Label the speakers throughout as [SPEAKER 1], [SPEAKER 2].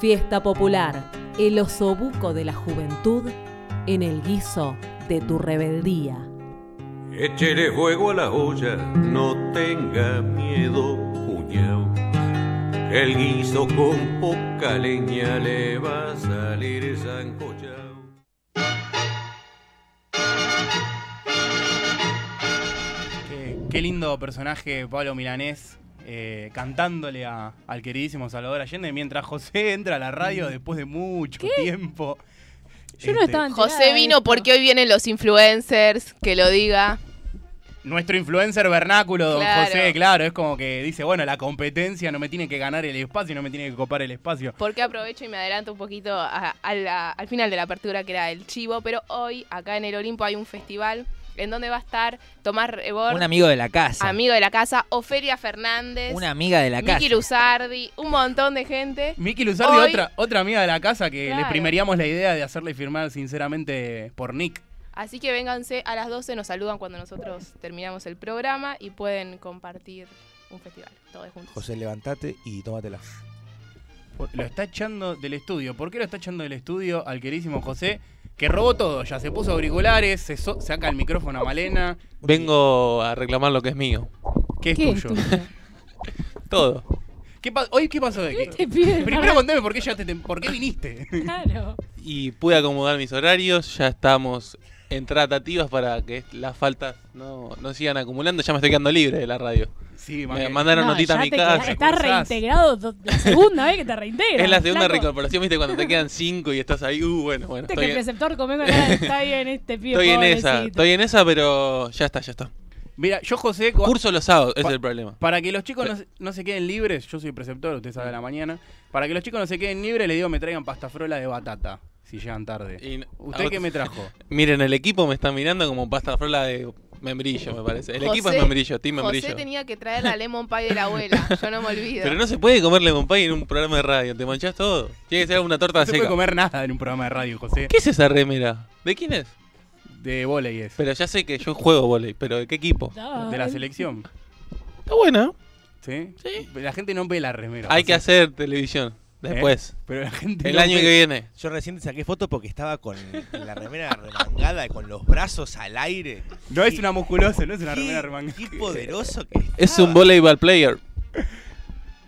[SPEAKER 1] Fiesta popular, el osobuco de la juventud en el guiso de tu rebeldía.
[SPEAKER 2] Échele fuego a la olla, no tenga miedo, cuñao. El guiso con poca leña le va a salir zancochao.
[SPEAKER 3] Qué, qué lindo personaje Pablo Milanés eh, cantándole a- al queridísimo Salvador Allende mientras José entra a la radio después de mucho tiempo.
[SPEAKER 4] Yo no
[SPEAKER 3] Este,
[SPEAKER 4] estaba enterada
[SPEAKER 5] José
[SPEAKER 4] de
[SPEAKER 5] vino
[SPEAKER 4] esto.
[SPEAKER 5] porque hoy vienen los influencers, que lo diga.
[SPEAKER 3] Nuestro influencer vernáculo, don
[SPEAKER 5] Claro.
[SPEAKER 3] José, claro, es como que dice, bueno, la competencia no me tiene que ganar el espacio, no me tiene que copar el espacio.
[SPEAKER 5] Porque aprovecho y me adelanto un poquito a- a la- al final de la apertura que era el chivo, pero hoy acá en el Olimpo hay un festival en donde va a estar Tomás Rebord,
[SPEAKER 6] Un amigo de la casa.
[SPEAKER 5] amigo de la casa, Ofelia Fernández,
[SPEAKER 6] Una amiga de la casa.
[SPEAKER 5] Miki Luzardi, un montón de gente.
[SPEAKER 3] Miki Luzardi,
[SPEAKER 5] Hoy-
[SPEAKER 3] otra, otra amiga de la casa que le
[SPEAKER 5] Claro.
[SPEAKER 3] primeríamos la idea de hacerle firmar sinceramente por Nick.
[SPEAKER 5] Así que vénganse a las 12, nos saludan cuando nosotros terminamos el programa y pueden compartir un festival, todos juntos.
[SPEAKER 7] José, levantate y tómatela.
[SPEAKER 3] Lo está echando del estudio. ¿Por qué lo está echando del estudio al queridísimo José? Que robó todo ya. Se puso auriculares, se so- saca el micrófono a Malena.
[SPEAKER 8] Vengo a reclamar lo que es mío.
[SPEAKER 3] ¿Qué es
[SPEAKER 4] ¿Qué es
[SPEAKER 3] tuyo?
[SPEAKER 4] tuyo?
[SPEAKER 8] Todo.
[SPEAKER 3] ¿Qué pa- ¿Hoy qué pasó de qué?
[SPEAKER 4] Este pibe,
[SPEAKER 3] Primero contame por qué, llegaste tem- por qué viniste.
[SPEAKER 4] claro.
[SPEAKER 8] Y pude acomodar mis horarios, ya estamos en tratativas para que las faltas no, no sigan acumulando, ya me estoy quedando libre de la radio.
[SPEAKER 3] Sí,
[SPEAKER 8] Me
[SPEAKER 3] Maque.
[SPEAKER 8] mandaron
[SPEAKER 4] No,
[SPEAKER 8] notita a
[SPEAKER 4] ya
[SPEAKER 8] mi
[SPEAKER 4] te queda-
[SPEAKER 8] casa.
[SPEAKER 4] Estás
[SPEAKER 3] Cruzás.
[SPEAKER 4] reintegrado do- la segunda vez que te reintegras.
[SPEAKER 8] Es la segunda
[SPEAKER 4] flaco.
[SPEAKER 8] reincorporación, viste, cuando te quedan cinco y estás ahí, uh, bueno, bueno.
[SPEAKER 4] Viste
[SPEAKER 8] Estoy
[SPEAKER 4] que el
[SPEAKER 8] en,
[SPEAKER 4] preceptor come con la está bien este pibe.
[SPEAKER 8] estoy en esa,
[SPEAKER 4] pobrecito.
[SPEAKER 8] estoy en esa, pero ya está, ya está.
[SPEAKER 3] Mira, yo José... co-
[SPEAKER 8] Curso los sábados, ese
[SPEAKER 3] Pa-
[SPEAKER 8] es el problema.
[SPEAKER 3] Para que los chicos no se, no se queden libres, yo soy preceptor, usted sabe de la mañana. Para que los chicos no se queden libres, le digo me traigan pastafrola de batata, si llegan tarde.
[SPEAKER 8] Y no-
[SPEAKER 3] ¿Usted
[SPEAKER 8] a-
[SPEAKER 3] qué me trajo?
[SPEAKER 8] Miren, el equipo me está mirando como pasta frola de membrillo, me parece. El equipo es
[SPEAKER 5] José-
[SPEAKER 8] membrillo, team
[SPEAKER 5] José
[SPEAKER 8] membrillo.
[SPEAKER 5] tenía que traer la lemon pie de la abuela, yo no me olvido.
[SPEAKER 8] Pero no se puede comer lemon pie en un programa de radio, te manchás todo. Tiene que ser una torta
[SPEAKER 3] No se puede
[SPEAKER 8] seca.
[SPEAKER 3] comer nada en un programa de radio, José.
[SPEAKER 8] ¿Qué es esa remera? ¿De quién es?
[SPEAKER 3] De volei es.
[SPEAKER 8] Pero ya sé que yo juego volei, pero ¿de qué equipo?
[SPEAKER 4] Ay.
[SPEAKER 3] De la selección.
[SPEAKER 8] Está buena.
[SPEAKER 3] ¿Sí? La gente no ve la remera.
[SPEAKER 8] Hay
[SPEAKER 3] José.
[SPEAKER 8] que hacer televisión
[SPEAKER 3] ¿Eh?
[SPEAKER 8] después.
[SPEAKER 3] Pero la gente
[SPEAKER 8] El
[SPEAKER 3] no
[SPEAKER 8] año
[SPEAKER 3] ve-
[SPEAKER 8] que viene.
[SPEAKER 7] Yo recién te saqué foto porque estaba con la remera remangada, con los brazos al aire.
[SPEAKER 3] No es una musculosa, no es una
[SPEAKER 7] Qué-
[SPEAKER 3] remera remangada.
[SPEAKER 7] Qué poderoso que estaba.
[SPEAKER 3] Ah.
[SPEAKER 8] Es un voleiball player.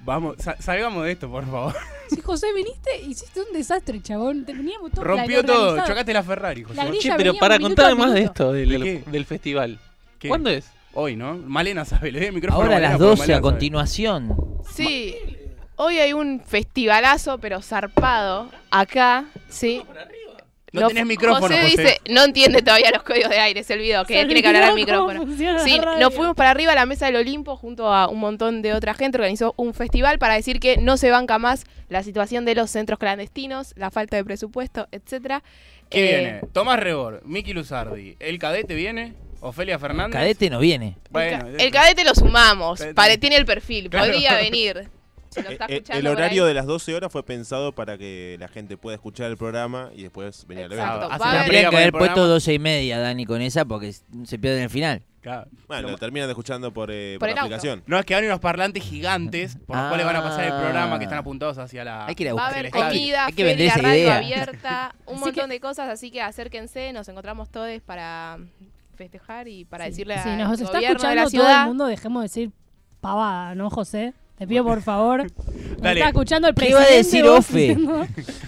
[SPEAKER 3] Vamos, sa- salgamos de esto, por favor.
[SPEAKER 4] Sí, José, viniste, hiciste un desastre, chabón. Teníamos todo
[SPEAKER 3] Rompió todo,
[SPEAKER 4] organizado.
[SPEAKER 3] chocaste la Ferrari, José.
[SPEAKER 4] La grilla
[SPEAKER 8] Che, pero
[SPEAKER 4] venía
[SPEAKER 8] para
[SPEAKER 4] un minuto
[SPEAKER 8] contarme
[SPEAKER 4] a
[SPEAKER 8] más de
[SPEAKER 4] minuto.
[SPEAKER 8] esto, del,
[SPEAKER 3] ¿De qué?
[SPEAKER 8] del festival.
[SPEAKER 3] ¿Qué?
[SPEAKER 8] ¿Cuándo es?
[SPEAKER 3] Hoy, ¿no? Malena sabe, le doy el micrófono.
[SPEAKER 6] Ahora a
[SPEAKER 3] Malena
[SPEAKER 6] las
[SPEAKER 3] porque
[SPEAKER 6] 12
[SPEAKER 3] Malena
[SPEAKER 6] a
[SPEAKER 3] sabe.
[SPEAKER 6] continuación.
[SPEAKER 5] Sí, hoy hay un festivalazo, pero zarpado, acá, ¿sí?
[SPEAKER 3] No tenés micrófono, José.
[SPEAKER 5] dice, no entiende todavía los códigos de aire, se olvidó que
[SPEAKER 4] Se
[SPEAKER 5] tiene que hablar al
[SPEAKER 4] olvidó cómo
[SPEAKER 5] micrófono.
[SPEAKER 4] funciona la
[SPEAKER 5] Sí,
[SPEAKER 4] radio.
[SPEAKER 5] nos fuimos para arriba a la mesa del Olimpo junto a un montón de otra gente, organizó un festival para decir que no se banca más la situación de los centros clandestinos, la falta de presupuesto, etcétera.
[SPEAKER 3] ¿Qué
[SPEAKER 5] Eh,
[SPEAKER 3] viene? Tomás Rebor, Miki Luzardi, el cadete viene, Ofelia Fernández.
[SPEAKER 6] Cadete nos viene.
[SPEAKER 3] Bueno,
[SPEAKER 5] el, ca-
[SPEAKER 3] de-
[SPEAKER 5] el cadete lo sumamos,
[SPEAKER 3] Cadete.
[SPEAKER 5] pare- tiene el perfil,
[SPEAKER 3] Claro.
[SPEAKER 5] podría venir. Si lo
[SPEAKER 9] Eh,
[SPEAKER 5] está
[SPEAKER 9] eh,
[SPEAKER 5] escuchando
[SPEAKER 9] El
[SPEAKER 5] por
[SPEAKER 9] horario
[SPEAKER 5] ahí.
[SPEAKER 9] de las 12 horas fue pensado para que la gente pueda escuchar el programa y después venir al
[SPEAKER 5] Exacto.
[SPEAKER 9] evento.
[SPEAKER 3] hace
[SPEAKER 5] va a
[SPEAKER 3] la previa
[SPEAKER 5] haber-
[SPEAKER 6] Tendría que
[SPEAKER 3] con el
[SPEAKER 6] haber puesto
[SPEAKER 3] programa.
[SPEAKER 6] 12 y media, Dani, con esa, porque s- se pierde en el final.
[SPEAKER 3] Claro.
[SPEAKER 9] Bueno, lo terminan escuchando por, eh,
[SPEAKER 5] Por
[SPEAKER 9] por, la
[SPEAKER 5] el auto.
[SPEAKER 9] aplicación.
[SPEAKER 3] No, es que van unos parlantes gigantes por los
[SPEAKER 6] Ah.
[SPEAKER 3] cuales van a pasar el programa que están apuntados hacia la.
[SPEAKER 6] Hay que ir a
[SPEAKER 5] Va a
[SPEAKER 6] buscar.
[SPEAKER 5] haber
[SPEAKER 3] Hay que-
[SPEAKER 5] comida,
[SPEAKER 6] hay que vender
[SPEAKER 5] feria,
[SPEAKER 6] esa
[SPEAKER 5] radio
[SPEAKER 6] idea.
[SPEAKER 5] abierta, un
[SPEAKER 4] Así
[SPEAKER 5] montón de cosas, así que acérquense, nos encontramos todos para festejar y para
[SPEAKER 4] Sí,
[SPEAKER 5] decirle
[SPEAKER 4] sí,
[SPEAKER 5] al
[SPEAKER 4] nos está
[SPEAKER 5] gobierno
[SPEAKER 4] escuchando
[SPEAKER 5] de la
[SPEAKER 4] todo el
[SPEAKER 5] ciudad.
[SPEAKER 4] mundo, dejemos de decir pavada, ¿no, José? Te pido por favor. Nos
[SPEAKER 3] Dale.
[SPEAKER 4] está escuchando el
[SPEAKER 6] ¿Qué iba a
[SPEAKER 4] presidente.
[SPEAKER 6] decir
[SPEAKER 4] vos
[SPEAKER 6] Ofe?
[SPEAKER 4] diciendo-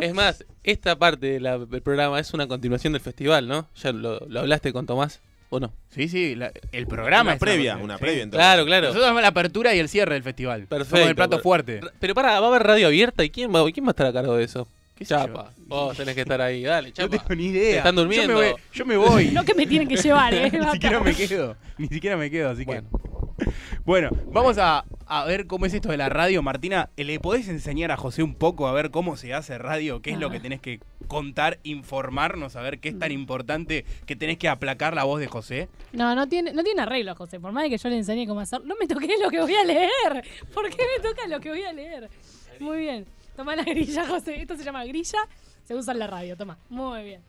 [SPEAKER 8] Es más, esta parte de la- del programa es una continuación del festival, ¿no? Ya lo, lo hablaste con Tomás, ¿o no?
[SPEAKER 3] Sí, sí, la- el programa.
[SPEAKER 9] una
[SPEAKER 3] es
[SPEAKER 9] previa,
[SPEAKER 3] cosa,
[SPEAKER 9] una
[SPEAKER 3] ¿sí?
[SPEAKER 9] previa entonces.
[SPEAKER 8] Claro, claro.
[SPEAKER 3] Nosotros hacemos la apertura y el cierre del festival. Somos
[SPEAKER 8] Perfecto,
[SPEAKER 3] el plato
[SPEAKER 8] pero-
[SPEAKER 3] fuerte.
[SPEAKER 8] Pero para, va a haber radio abierta y quién va, quién va a estar a cargo de eso?
[SPEAKER 3] ¿Qué sé
[SPEAKER 8] Chapa, vos tenés que estar ahí, dale,
[SPEAKER 3] yo? No
[SPEAKER 8] chapa.
[SPEAKER 3] tengo ni idea.
[SPEAKER 8] Te están durmiendo.
[SPEAKER 3] Yo me voy. yo me voy.
[SPEAKER 4] No que me tienen que llevar, ¿eh?
[SPEAKER 3] ni siquiera me quedo. Ni siquiera me quedo, así
[SPEAKER 8] Bueno.
[SPEAKER 3] que. Bueno, vamos a, a ver cómo es esto de la radio, Martina. ¿Le podés enseñar a José un poco a ver cómo se hace radio? ¿Qué es lo que tenés que contar, informarnos, a ver qué es tan importante que tenés que aplacar la voz de José?
[SPEAKER 4] No, no tiene, no tiene arreglo, José. Por más de que yo le enseñe cómo hacer, no me toqué lo que voy a leer. ¿Por qué me toca lo que voy a leer? Muy bien. Toma la grilla, José. Esto se llama grilla. Se usa en la radio. Toma. Muy bien.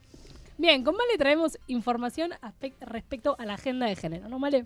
[SPEAKER 4] Bien, con Male traemos información aspec- respecto a la agenda de género, ¿no, Male?